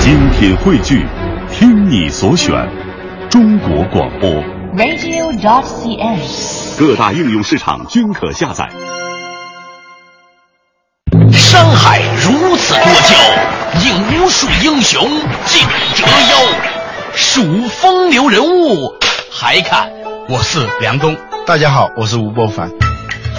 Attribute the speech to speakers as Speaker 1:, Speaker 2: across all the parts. Speaker 1: 精品汇聚，听你所选，中国广播。
Speaker 2: radio.cn，
Speaker 1: 各大应用市场均可下载。
Speaker 3: 山海如此多娇，引无数英雄竞折腰。数风流人物，还看我是梁东。
Speaker 4: 大家好，我是吴伯凡。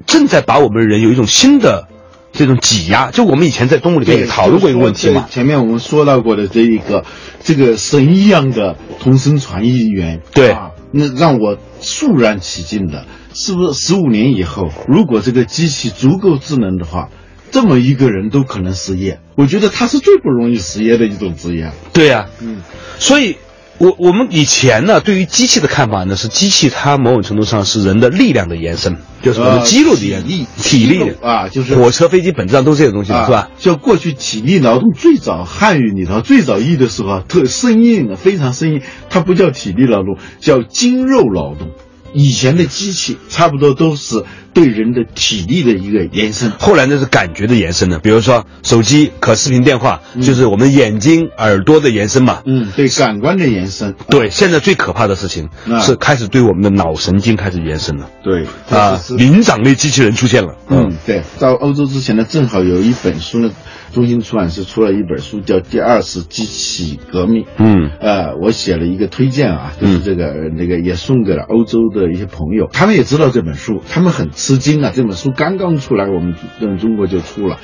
Speaker 4: 正在把我们人有一种新的这种挤压？就我们以前在东吴里面也讨论过一个问题嘛
Speaker 5: 对，前面我们说到过的这一个，这个神一样的同声传译员，
Speaker 4: 对
Speaker 5: 啊，那让我肃然起敬的，是不是十五年以后，如果这个机器足够智能的话，这么一个人都可能失业？我觉得他是最不容易失业的一种职业。啊
Speaker 4: 对呀、嗯，所以。我我们以前呢，对于机器的看法呢，是机器它某种程度上是人的力量的延伸，就是我们
Speaker 5: 呃
Speaker 4: 肌肉的延伸，
Speaker 5: 体力
Speaker 4: 体
Speaker 5: 肌
Speaker 4: 力
Speaker 5: 肉啊就是
Speaker 4: 火车、飞机本质上都是这些东西嘛，
Speaker 5: 啊，
Speaker 4: 是吧？？
Speaker 5: 像过去体力劳动最早汉语里头最早译的时候啊，特生硬的，非常生硬，它不叫体力劳动，叫筋肉劳动。以前的机器差不多都是对人的体力的一个延伸。
Speaker 4: 后来呢是感觉的延伸呢，比如说手机、可视频电话，就是我们眼睛、耳朵的延伸嘛。
Speaker 5: 嗯，对感官的延伸，
Speaker 4: 对，现在最可怕的事情
Speaker 5: 嗯
Speaker 4: 是开始对我们的脑神经开始延伸了
Speaker 5: 对
Speaker 4: 啊，灵长类机器人出现了。
Speaker 5: 嗯，对，到欧洲之前呢，正好有一本书呢，中信出版社出了一本书，叫《第二次机器革命》。
Speaker 4: 嗯，
Speaker 5: 呃，我写了一个推荐啊，就是这个、那个也送给了欧洲的一些朋友，他们也知道这本书，他们很吃惊啊，这本书刚刚出来，我们嗯中国就出了，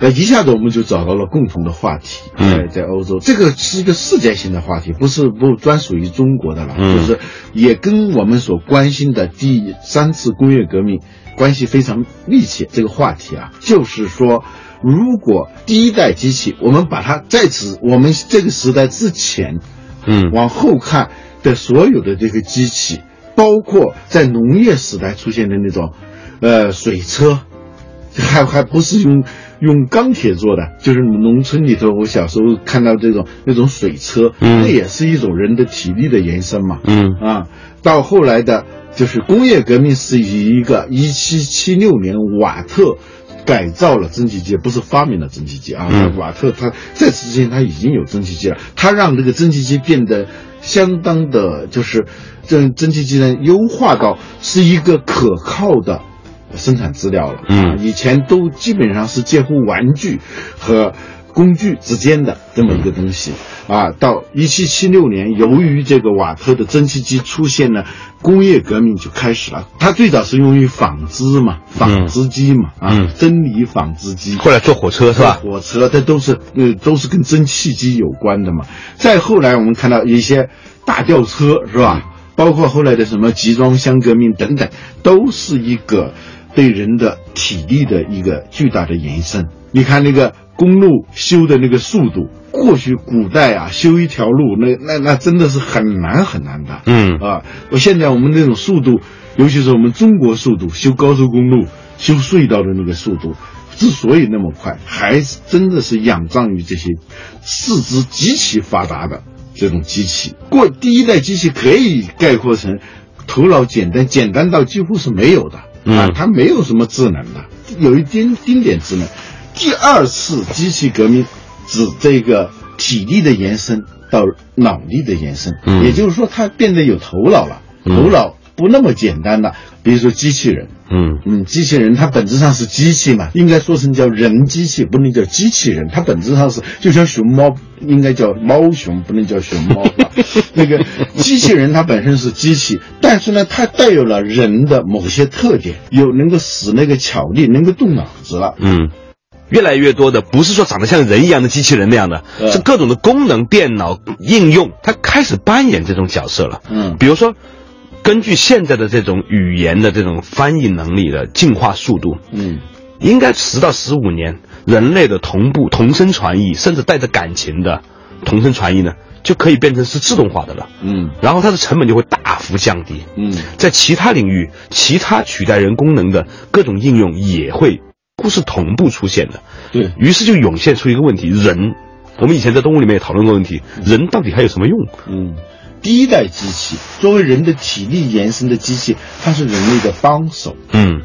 Speaker 5: 那一下子我们就找到了共同的话题。
Speaker 4: 嗯
Speaker 5: 在在欧洲，这个是一个世界性的话题，不是不专属于中国的了，
Speaker 4: 嗯
Speaker 5: 就是也跟我们所关心的第三次工业革命关系非常密切。这个话题啊，就是说，如果第一代机器，我们把它在此我们这个时代之前，
Speaker 4: 嗯
Speaker 5: 往后看的所有的这个机器，包括在农业时代出现的那种，呃，水车，还还不是用用钢铁做的，就是农村里头，我小时候看到这种那种水车，
Speaker 4: 嗯
Speaker 5: 那也是一种人的体力的延伸嘛。
Speaker 4: 嗯
Speaker 5: 啊，到后来的就是工业革命是以一个一七七六年瓦特。改造了蒸汽机，不是发明了蒸汽机啊！
Speaker 4: 嗯
Speaker 5: 瓦特他在此之前他已经有蒸汽机了，他让这个蒸汽机变得相当的，就是这蒸汽机呢优化到是一个可靠的生产资料了。
Speaker 4: 嗯
Speaker 5: 啊以前都基本上是介乎玩具和工具之间的这么一个东西啊。到一七七六年，由于这个瓦特的蒸汽机出现呢，工业革命就开始了。它最早是用于纺织嘛，纺织机嘛，
Speaker 4: 嗯
Speaker 5: 啊，真理纺织机。
Speaker 4: 后来坐火车是吧？
Speaker 5: 火车，这都是呃都是跟蒸汽机有关的嘛。再后来，我们看到一些大吊车是
Speaker 4: 嗯
Speaker 5: 吧？包括后来的什么集装箱革命等等，都是一个对人的体力的一个巨大的延伸。你看那个公路修的那个速度，过去古代啊修一条路，那那那真的是很难很难的。
Speaker 4: 嗯
Speaker 5: 啊，我现在我们那种速度，尤其是我们中国速度，修高速公路、修隧道的那个速度，之所以那么快，还是真的是仰仗于这些四肢极其发达的这种机器。过第一代机器可以概括成头脑简单，简单到几乎是没有的。啊
Speaker 4: 嗯，
Speaker 5: 它没有什么智能的，有一丁丁点智能。第二次机器革命指这个体力的延伸到脑力的延伸，
Speaker 4: 嗯
Speaker 5: 也就是说它变得有头脑了，头脑不那么简单了。比如说机器人，
Speaker 4: 嗯
Speaker 5: 嗯，机器人它本质上是机器嘛，应该说成叫人机器，不能叫机器人。它本质上是就像熊猫，应该叫猫熊，不能叫熊猫吧。那个机器人它本身是机器，但是呢，它带有了人的某些特点，有能够使那个巧力，能够动脑子了。
Speaker 4: 嗯越来越多的不是说长得像人一样的机器人那样的，
Speaker 5: 嗯
Speaker 4: 是各种的功能电脑应用，它开始扮演这种角色了。
Speaker 5: 嗯
Speaker 4: 比如说，根据现在的这种语言的这种翻译能力的进化速度，
Speaker 5: 嗯
Speaker 4: 应该十到十五年，人类的同步同声传译，甚至带着感情的同声传译呢，就可以变成是自动化的了。
Speaker 5: 嗯
Speaker 4: 然后它的成本就会大幅降低。
Speaker 5: 嗯
Speaker 4: 在其他领域，其他取代人功能的各种应用也会不是同步出现的。
Speaker 5: 对
Speaker 4: 于是就涌现出一个问题：人，我们以前在动物里面也讨论过问题，人到底还有什么用？
Speaker 5: 嗯，第一代机器作为人的体力延伸的机器，它是人类的帮手。
Speaker 4: 嗯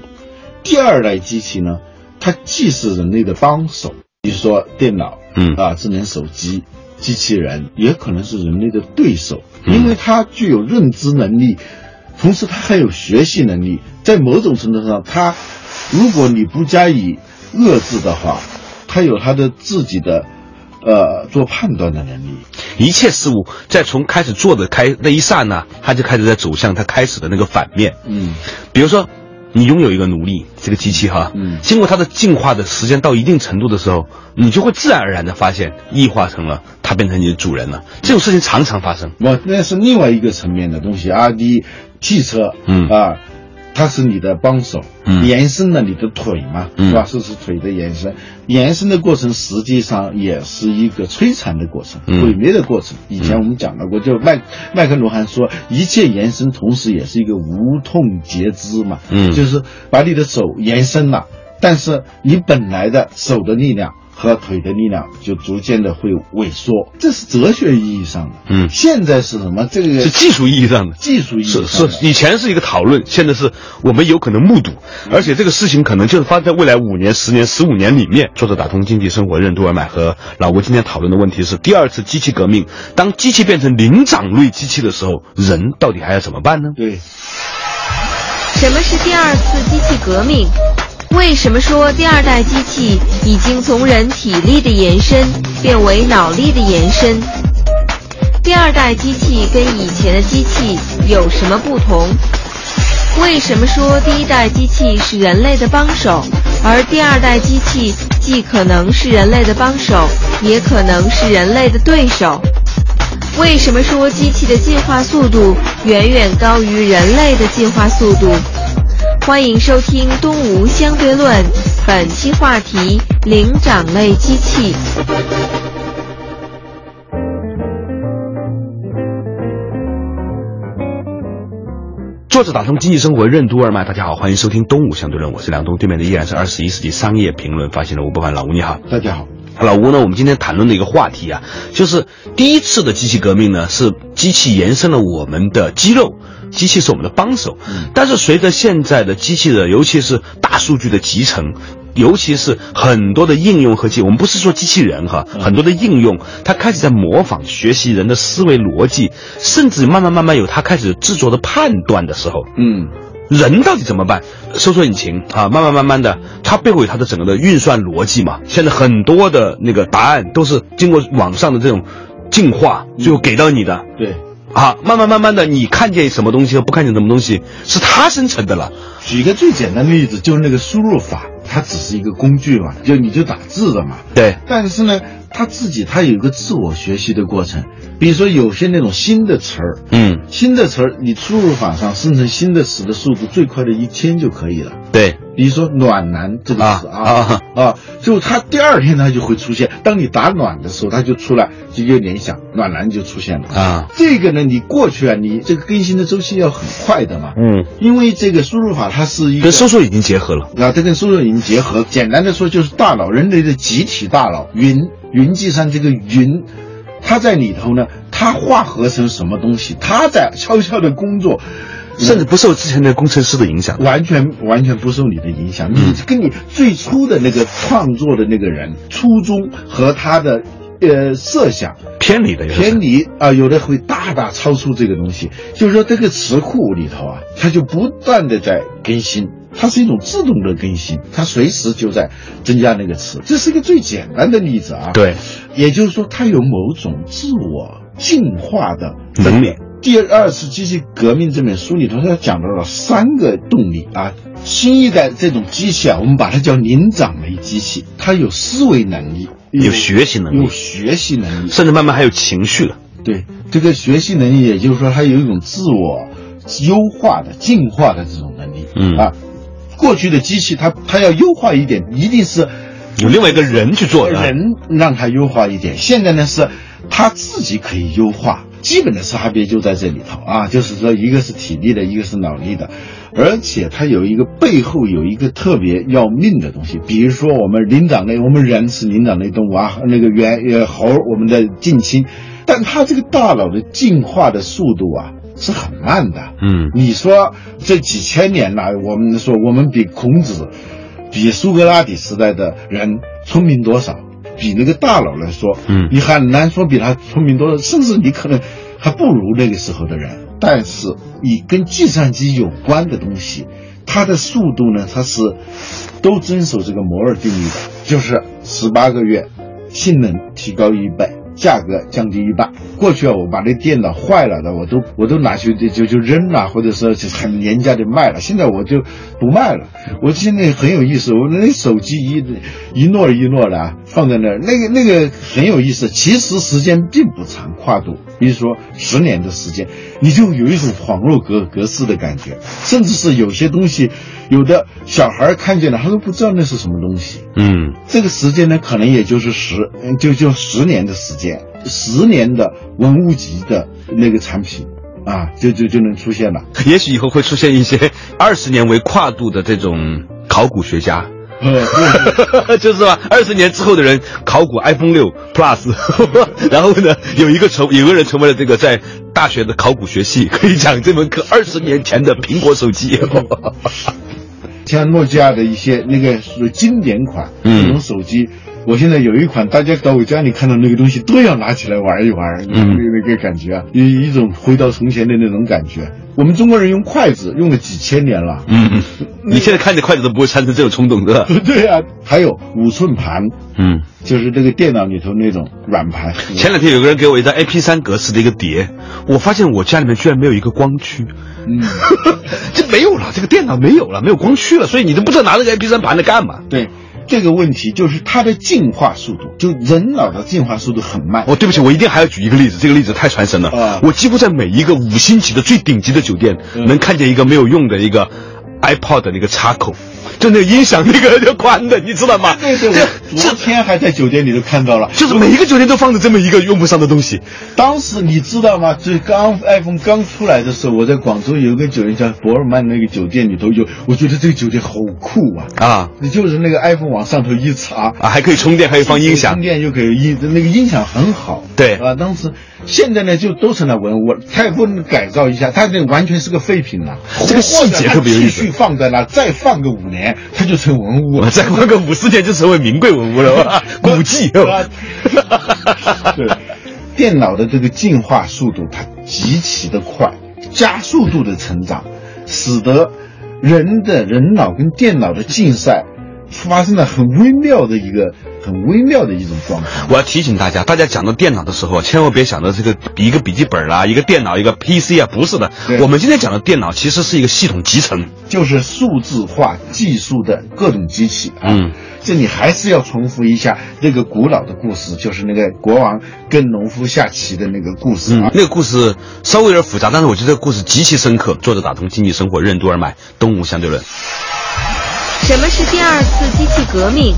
Speaker 5: 第二代机器呢，它既是人类的帮手，比如说电脑，
Speaker 4: 嗯
Speaker 5: 啊，智能手机、机器人，也可能是人类的对手，
Speaker 4: 嗯
Speaker 5: 因为它具有认知能力，同时它还有学习能力。在某种程度上，它如果你不加以遏制的话，它有它的自己的呃做判断的能力。
Speaker 4: 一切事物在从开始做的开那一刹那，它就开始在走向它开始的那个反面。
Speaker 5: 嗯
Speaker 4: 比如说，你拥有一个奴隶这个机器哈，
Speaker 5: 嗯
Speaker 4: 经过它的进化的时间到一定程度的时候，你就会自然而然的发现异化成了它变成你的主人了。这种事情常常发生。
Speaker 5: 我那是另外一个层面的东西啊，你汽车，
Speaker 4: 嗯
Speaker 5: 啊，它是你的帮手，
Speaker 4: 嗯
Speaker 5: 延伸了你的腿嘛，
Speaker 4: 嗯
Speaker 5: 是吧？这是腿的延伸，延伸的过程实际上也是一个摧残的过程，
Speaker 4: 嗯
Speaker 5: 毁灭的过程。以前我们讲到过，就麦麦克卢汉说，一切延伸同时也是一个无痛截肢嘛，
Speaker 4: 嗯
Speaker 5: 就是把你的手延伸了，但是你本来的手的力量。和腿的力量就逐渐的会萎缩，这是哲学意义上的。
Speaker 4: 嗯
Speaker 5: 现在是什么？这个
Speaker 4: 是技术意义上的，
Speaker 5: 技术意义上
Speaker 4: 是
Speaker 5: 的
Speaker 4: 是，以前是一个讨论，现在是我们有可能目睹，而且这个事情可能就是发生在未来五年、十年、十五年里面。作者打通经济生活任督二脉和老吴今天讨论的问题是：第二次机器革命，当机器变成灵长类机器的时候，人到底还要怎么办呢？
Speaker 5: 对，
Speaker 2: 什么是第二次机器革命？为什么说第二代机器已经从人体力的延伸变为脑力的延伸？第二代机器跟以前的机器有什么不同？为什么说第一代机器是人类的帮手，而第二代机器既可能是人类的帮手，也可能是人类的对手？为什么说机器的进化速度远远高于人类的进化速度？欢迎收听《东吴相对论》，本期话题：灵长类机器。
Speaker 4: 作者打通经济生活任督二脉，大家好，欢迎收听《东吴相对论》，我是梁东，对面的依然是二十一世纪商业评论发行人吴伯凡，老吴你好。
Speaker 5: 大家好，
Speaker 4: 老吴呢，我们今天谈论的一个话题啊，就是第一次的机器革命呢，是机器延伸了我们的肌肉，机器是我们的帮手。但是随着现在的机器的，尤其是大数据的集成，尤其是很多的应用和技，我们不是说机器人哈，很多的应用，它开始在模仿学习人的思维逻辑，甚至慢慢慢慢有它开始制作的判断的时候，
Speaker 5: 嗯
Speaker 4: 人到底怎么办？搜索引擎啊，慢慢慢慢的，它背后有它的整个的运算逻辑嘛。现在很多的那个答案都是经过网上的这种进化，最后给到你的。
Speaker 5: 对，
Speaker 4: 啊，慢慢慢慢的，你看见什么东西和不看见什么东西，是它生成的了。
Speaker 5: 举一个最简单的例子，就是那个输入法，它只是一个工具嘛，就你就打字的嘛。
Speaker 4: 对，
Speaker 5: 但是呢，它自己它有一个自我学习的过程，比如说有些那种新的词儿，
Speaker 4: 嗯，
Speaker 5: 新的词儿你输入法上生成新的词的速度最快的一天就可以了。
Speaker 4: 对，
Speaker 5: 比如说“暖男”这个词啊
Speaker 4: 啊
Speaker 5: 啊，就它第二天它就会出现。当你打暖的时候，它就出来，直接联想暖男就出现了
Speaker 4: 啊。
Speaker 5: 这个呢，你过去啊，你这个更新的周期要很快的嘛，
Speaker 4: 嗯，
Speaker 5: 因为这个输入法它是一个
Speaker 4: 跟搜索已经结合了。
Speaker 5: 啊，这跟搜索引擎结合。简单的说，就是大脑，人类的集体大脑，云云计算这个云，它在里头呢，它化合成什么东西，它在悄悄的工作，
Speaker 4: 甚至不受之前的工程师的影响，
Speaker 5: 完全完全不受你的影响，你跟你最初的那个创作的那个人初衷和他的呃设想
Speaker 4: 偏离的有点
Speaker 5: 偏离啊、有的会大大超出这个东西。就是说，这个词库里头啊，它就不断的在更新，它是一种自动的更新，它随时就在增加那个词。这是一个最简单的例子啊。，
Speaker 4: 对，
Speaker 5: 也就是说，它有某种自我进化的
Speaker 4: 能力。
Speaker 5: 第二次机器革命》这本书里头，它讲到了三个动力啊。新一代这种机器啊，我们把它叫灵长类机器，它有思维能力，
Speaker 4: 有学习能力
Speaker 5: 有学习能力。
Speaker 4: 甚至慢慢还有情绪了。
Speaker 5: 对，这个学习能力，也就是说，它有一种自我优化的、进化的这种能力。
Speaker 4: 嗯
Speaker 5: 啊，过去的机器它它要优化一点，一定是
Speaker 4: 有另外一个人去做的，
Speaker 5: 人让它优化一点。现在呢是它自己可以优化，基本的差别就在这里头啊，就是说一个是体力的，一个是脑力的，而且它有一个背后有一个特别要命的东西，比如说我们灵长类，我们人是灵长类动物啊，那个猿呃猴，我们的近亲，但它这个大脑的进化的速度啊是很慢的，
Speaker 4: 嗯，
Speaker 5: 你说这几千年来，我们说我们比孔子、比苏格拉底时代的人聪明多少？比那个大佬来说，
Speaker 4: 嗯
Speaker 5: 你很难说比他聪明多少，甚至你可能还不如那个时候的人。但是你跟计算机有关的东西，它的速度呢，它是都遵守这个摩尔定律的，就是十八个月，性能提高一倍，价格降低一半。过去啊，我把那电脑坏了的，我都我都拿去就就扔了，或者说就是很廉价的卖了。现在我就不卖了，我现在很有意思，我那手机一一摞一摞的啊放在那儿，那个那个很有意思。其实时间并不长，跨度，比如说十年的时间，你就有一种恍若隔隔世的感觉，甚至是有些东西，有的小孩儿看见了，他都不知道那是什么东西。
Speaker 4: 嗯，
Speaker 5: 这个时间呢，可能也就是十，嗯就就十年的时间，十年的文物级的那个产品啊，就就就能出现了。
Speaker 4: 也许以后会出现一些二十年为跨度的这种考古学家，
Speaker 5: 呃，
Speaker 4: 就是吧？二十年之后的人考古 iPhone 六 Plus，然后呢，有一个成有个人成为了这个在大学的考古学系可以讲这门课二十年前的苹果手机，
Speaker 5: 像诺基亚的一些那个经典款
Speaker 4: 嗯
Speaker 5: 那种手机，我现在有一款，大家到我家里看到那个东西都要拿起来玩一玩，那
Speaker 4: 嗯
Speaker 5: 那个感觉啊，有一种回到从前的那种感觉。我们中国人用筷子用了几千年了，
Speaker 4: 嗯， 你现在看着筷子都不会产生这种冲动，对吧？
Speaker 5: 对啊，还有五寸盘，
Speaker 4: 嗯，
Speaker 5: 就是这个电脑里头那种软 盘。
Speaker 4: 前两天有个人给我一张 A P 三格式的一个碟，我发现我家里面居然没有一个光驱。
Speaker 5: 嗯。
Speaker 4: 这没有了，这个电脑没有了，没有光驱了，所以你都不知道拿那个 MP3 盘来干嘛。
Speaker 5: 对，这个问题就是它的进化速度，就人脑的进化速度很慢。
Speaker 4: 哦，对不起，我一定还要举一个例子，这个例子太传神了。
Speaker 5: 啊
Speaker 4: 我几乎在每一个五星级的最顶级的酒店，
Speaker 5: 嗯
Speaker 4: 能看见一个没有用的一个 iPod 的那个插口，就那个音响那个就宽的，你知道吗？
Speaker 5: 对对，我
Speaker 4: 这
Speaker 5: 昨
Speaker 4: 这
Speaker 5: 天还在酒店里头看到了。
Speaker 4: 就是每一个酒店都放着这么一个用不上的东西。
Speaker 5: 当时你知道吗？这刚 iPhone 刚出来的时候，我在广州有一个酒店叫博尔曼那个酒店里头有，我觉得这个酒店好酷啊！
Speaker 4: 啊
Speaker 5: 你就是那个 iPhone 往上头一插，
Speaker 4: 啊，还可以充电，还可以放音
Speaker 5: 充
Speaker 4: 响。
Speaker 5: 电又可以音，那个音响很好。
Speaker 4: 对
Speaker 5: 啊，当时现在呢就都成了文物，了，它也不能改造一下，它这完全是个废品了。
Speaker 4: 这个细节特别有意思
Speaker 5: 或者它继续放在那，再放个五年，它就成文物
Speaker 4: 我
Speaker 5: 了。
Speaker 4: 再过个五十年就成为名贵文物 了，古迹。
Speaker 5: 啊对， 电脑的这个进化速度它极其的快，加速度的成长，使得人的人脑跟电脑的竞赛发生了很微妙的一个很微妙的一种状况。
Speaker 4: 我要提醒大家，大家讲到电脑的时候，千万别想到这个一个笔记本啦、一个电脑、一个 PC 啊，不是的
Speaker 5: 对。
Speaker 4: 我们今天讲的电脑其实是一个系统集成。
Speaker 5: 就是数字化技术的各种机器啊。
Speaker 4: 嗯，
Speaker 5: 这里还是要重复一下那个古老的故事，就是那个国王跟农夫下棋的那个故事啊。
Speaker 4: 嗯那个故事稍微有点复杂，但是我觉得这个故事极其深刻。作者打通经济生活任督二脉，东吴相对论。
Speaker 2: 什么是第二次机器革命？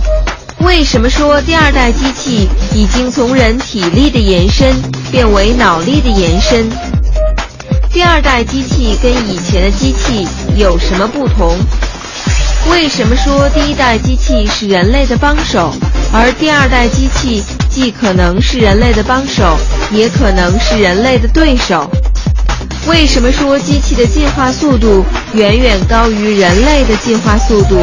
Speaker 2: 为什么说第二代机器已经从人体力的延伸变为脑力的延伸？第二代机器跟以前的机器有什么不同？为什么说第一代机器是人类的帮手，而第二代机器既可能是人类的帮手，也可能是人类的对手？为什么说机器的进化速度远远高于人类的进化速度？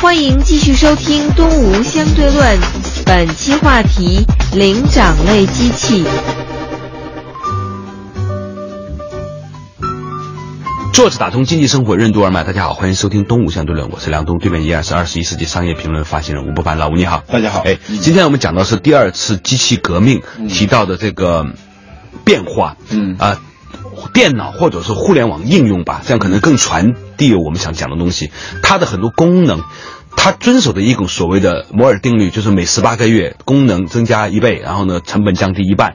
Speaker 2: 欢迎继续收听《东吴相对论》，本期话题：灵长类机器。
Speaker 4: 作者打通经济生活任督二脉，大家好，欢迎收听东吴相对论，我是梁东，对面依然是二十一世纪商业评论发行人吴伯凡，老吴你好。
Speaker 5: 大家好，嗯
Speaker 4: 哎，今天我们讲到是第二次机器革命提到的这个变化，
Speaker 5: 嗯
Speaker 4: 啊、电脑或者是互联网应用吧，这样可能更传递我们想讲的东西。它的很多功能，它遵守的一种所谓的摩尔定律，就是每十八个月功能增加一倍，然后呢成本降低一半。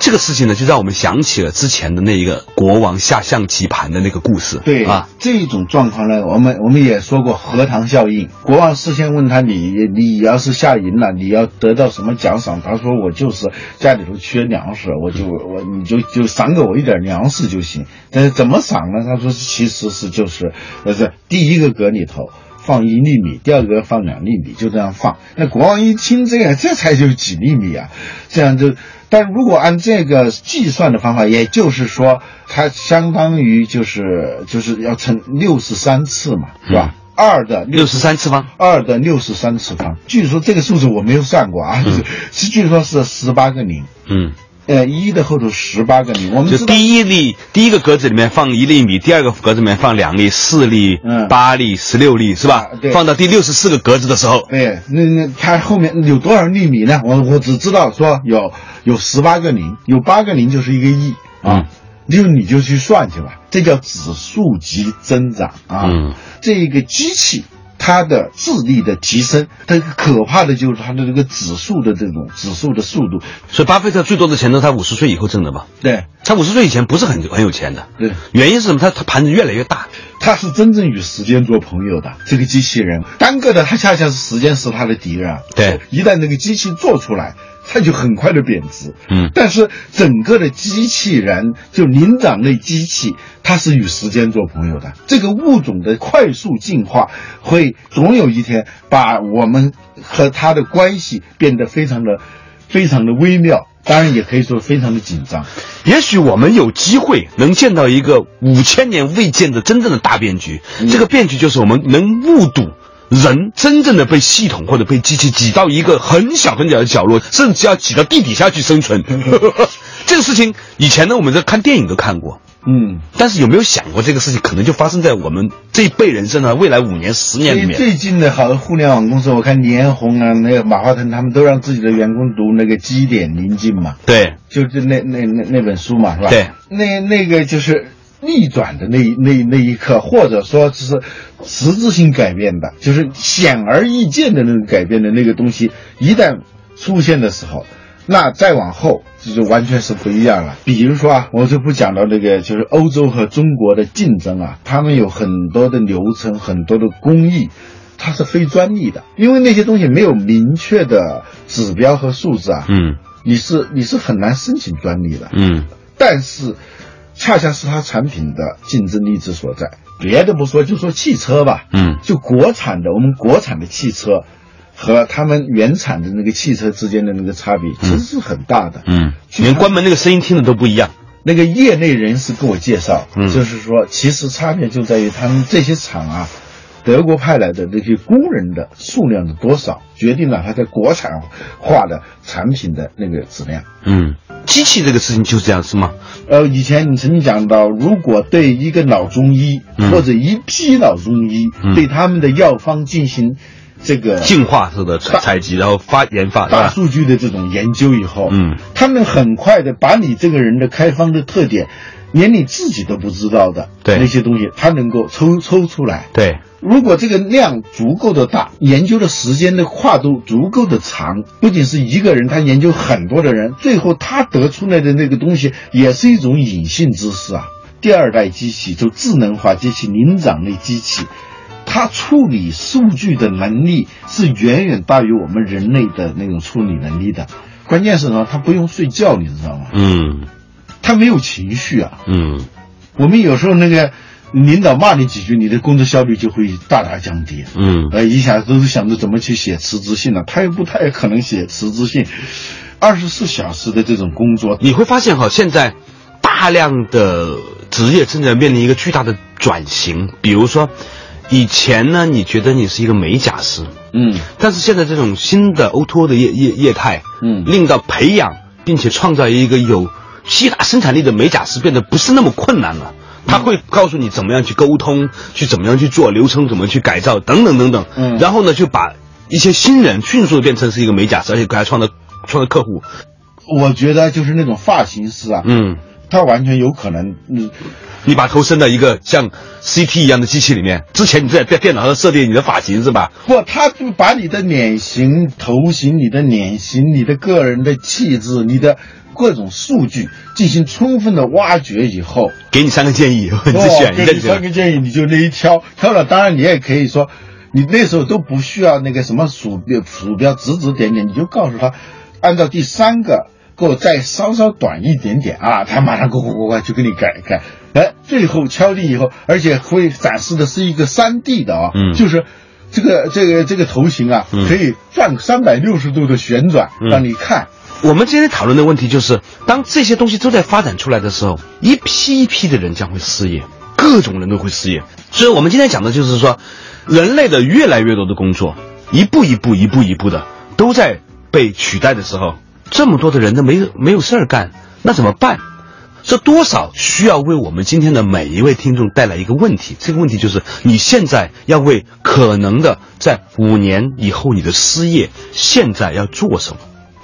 Speaker 4: 这个事情呢，就让我们想起了之前的那一个国王下象棋盘的那个故事。
Speaker 5: 对
Speaker 4: 啊，，
Speaker 5: 这种状况呢，我们我们也说过荷塘效应。国王事先问他你你要是下赢了，你要得到什么奖赏？他说我就是家里头缺粮食，我就我你就就赏给我一点粮食就行。但是怎么赏呢？他说其实是就是呃是第一个格里头。放一粒米，第二个放两粒米，就这样放。那国王一听这个，这才就几粒米啊，这样就。但如果按这个计算的方法，也就是说，它相当于就是就是要乘六十三次嘛，
Speaker 4: 嗯
Speaker 5: 是吧？二的
Speaker 4: 六十三次方。
Speaker 5: 二的六十三次方，据说这个数字我没有算过啊，就是是据说是十八个零，
Speaker 4: 嗯，
Speaker 5: 呃，一的后头十八个零，我们
Speaker 4: 就
Speaker 5: 知道
Speaker 4: 第一粒第一个格子里面放一粒米，第二个格子里面放两粒、四粒、
Speaker 5: 嗯
Speaker 4: 八粒、十六粒，是吧
Speaker 5: 啊？对嗯
Speaker 4: 放到第六十四个格子的时候，
Speaker 5: 对，哎那那它后面有多少粒米呢？我我只知道说有有十八个零，有八个零就是一个亿
Speaker 4: 嗯
Speaker 5: 啊，就你就去算去吧，这叫指数级增长啊。
Speaker 4: 嗯
Speaker 5: 这个机器它的智力的提升，它可怕的就是它的这个指数的这种指数的速度。
Speaker 4: 所以巴菲特最多的钱都是他五十岁以后挣的嘛。
Speaker 5: 对
Speaker 4: 他五十岁以前不是很很有钱的，
Speaker 5: 对，
Speaker 4: 原因是什么？他他盘子越来越大，
Speaker 5: 它是真正与时间做朋友的这个机器人，单个的它恰恰是时间是它的敌人啊。
Speaker 4: 对，
Speaker 5: 一旦这个机器做出来，它就很快的贬值。
Speaker 4: 嗯
Speaker 5: 但是整个的机器人，就灵长类机器，它是与时间做朋友的。这个物种的快速进化，会总有一天把我们和它的关系变得非常的、非常的微妙，当然也可以说非常的紧张。
Speaker 4: 也许我们有机会能见到一个五千年未见的真正的大变局。这个变局就是我们能目睹人真正的被系统或者被机器挤到一个很小很小的角落，甚至要挤到地底下去生 存。这个事情以前呢，我们在看电影都看过。
Speaker 5: 嗯，
Speaker 4: 但是有没有想过这个事情可能就发生在我们这一辈人身上？未来五年、十年里
Speaker 5: 最
Speaker 4: 面，
Speaker 5: 最近的好多互联网公司，我看联红啊，那个马化腾他们都让自己的员工读那个《基点临近》嘛。
Speaker 4: 对，
Speaker 5: 就是那那那那本书嘛，是吧？
Speaker 4: 对，
Speaker 5: 那那个就是逆转的那一那那一刻，或者说就是实质性改变的，就是显而易见的那个改变的那个东西，一旦出现的时候，那再往后就是完全是不一样了。比如说啊，我就不讲到那个，就是欧洲和中国的竞争啊，他们有很多的流程，很多的工艺。它是非专利的，因为那些东西没有明确的指标和数字啊，
Speaker 4: 嗯
Speaker 5: 你是你是很难申请专利的，
Speaker 4: 嗯，
Speaker 5: 但是恰恰是它产品的竞争力之所在。别的不说，就说汽车吧，
Speaker 4: 嗯
Speaker 5: 就国产的我们国产的汽车和他们原产的那个汽车之间的那个差别其实是很大的。
Speaker 4: 嗯，连关门那个声音听的都不一样。
Speaker 5: 那个业内人士跟我介绍，
Speaker 4: 嗯
Speaker 5: 就是说，其实差别就在于他们这些厂啊，德国派来的这些工人的数量的多少，决定了它在国产化的产品的那个质量。
Speaker 4: 嗯，机器这个事情就是这样，是吗？
Speaker 5: 呃，以前你曾经讲到，如果对一个老中医、
Speaker 4: 嗯
Speaker 5: 或者一批老中医、
Speaker 4: 嗯
Speaker 5: 对他们的药方进行这个
Speaker 4: 进化式的采采集，嗯然后发研发，
Speaker 5: 大
Speaker 4: 对吧？
Speaker 5: 数据的这种研究以后，
Speaker 4: 嗯，
Speaker 5: 他们很快的把你这个人的开方的特点，连你自己都不知道的
Speaker 4: 对
Speaker 5: 那些东西，他能够抽抽出来。
Speaker 4: 对，
Speaker 5: 如果这个量足够的大，研究的时间的跨度足够的长，不仅是一个人，他研究很多的人，最后他得出来的那个东西也是一种隐性知识啊。第二代机器就智能化机器、灵长类机器，它处理数据的能力是远远大于我们人类的那种处理能力的。关键是呢，它不用睡觉，你知道吗？
Speaker 4: 嗯
Speaker 5: 它没有情绪啊。
Speaker 4: 嗯
Speaker 5: 我们有时候那个领导骂你几句，你的工作效率就会大大降低。
Speaker 4: 嗯
Speaker 5: 呃，一下都是想着怎么去写辞职信了，他又不太可能写辞职信。二十四小时的这种工作，
Speaker 4: 你会发现哈，现在大量的职业正在面临一个巨大的转型，比如说。以前呢，你觉得你是一个美甲师，
Speaker 5: 嗯
Speaker 4: 但是现在这种新的 O2O 的业业业态，
Speaker 5: 嗯
Speaker 4: 令到培养并且创造一个有巨大生产力的美甲师变得不是那么困难了。他会告诉你怎么样去沟通，去怎么样去做流程，怎么去改造等等等等。
Speaker 5: 嗯
Speaker 4: 然后呢，就把一些新人迅速地变成是一个美甲师，而且给他创造创造客户。
Speaker 5: 我觉得就是那种发型师啊，
Speaker 4: 嗯
Speaker 5: 它完全有可能，嗯，
Speaker 4: 你把头伸到一个像 CT 一样的机器里面，之前你在在电脑上设定你的发型是吧？
Speaker 5: 不，它就把你的脸型、头型、你的脸型、你的个人的气质、你的各种数据进行充分的挖掘以后，
Speaker 4: 给你三个建议， 你自己选一
Speaker 5: 哦给
Speaker 4: 个
Speaker 5: 你
Speaker 4: 就
Speaker 5: 三
Speaker 4: 行。
Speaker 5: 个建议，你就那一挑，挑了，当然你也可以说，你那时候都不需要那个什么鼠标，鼠标指指点点，你就告诉他，按照第三个给我再稍稍短一点点啊，他马上呱呱呱呱就给你改改， 哎，最后敲定以后，而且会展示的是一个三 D 的啊，
Speaker 4: 嗯
Speaker 5: 就是。这个这个这个头型啊，
Speaker 4: 嗯
Speaker 5: 可以转三百六十度的旋转，
Speaker 4: 嗯
Speaker 5: 让你看。
Speaker 4: 我们今天讨论的问题就是，当这些东西都在发展出来的时候，一批一批的人将会失业，各种人都会失业。所以我们今天讲的就是说，人类的越来越多的工作，一步一步、一步一步的都在被取代的时候，这么多的人都没没有事儿干，那怎么办？这多少需要为我们今天的每一位听众带来一个问题，这个问题就是你现在要为可能的在五年以后你的失业，现在要做什么？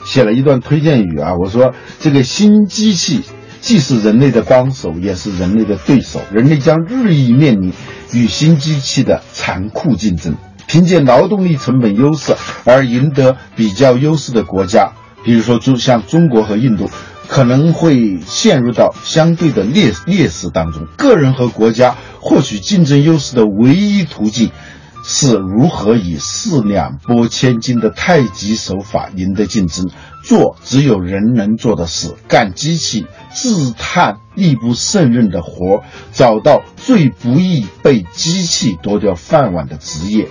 Speaker 5: 写了一段推荐语啊，我说这个新机器既是人类的帮手，也是人类的对手，人类将日益面临与新机器的残酷竞争，凭借劳动力成本优势而赢得比较优势的国家，比如说中像中国和印度。可能会陷入到相对的劣劣势当中。个人和国家获取竞争优势的唯一途径，是如何以四两拨千斤的太极手法赢得竞争，做只有人能做的事，干机器自叹力不胜任的活，找到最不易被机器夺掉饭碗的职业。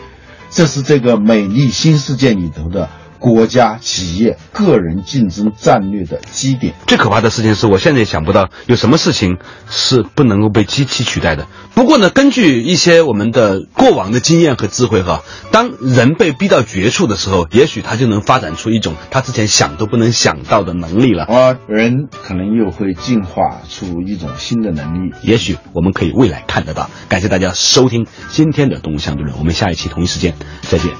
Speaker 5: 这是这个美丽新世界里头的国家、企业、个人竞争战略的基点。
Speaker 4: 最可怕的事情是我现在也想不到有什么事情是不能够被机器取代的。不过呢，根据一些我们的过往的经验和智慧哈，当人被逼到绝处的时候，也许他就能发展出一种他之前想都不能想到的能力了。
Speaker 5: 啊，人可能又会进化出一种新的能力。
Speaker 4: 也许我们可以未来看得到。感谢大家收听今天的《动物相对论》，我们下一期同一时间再见。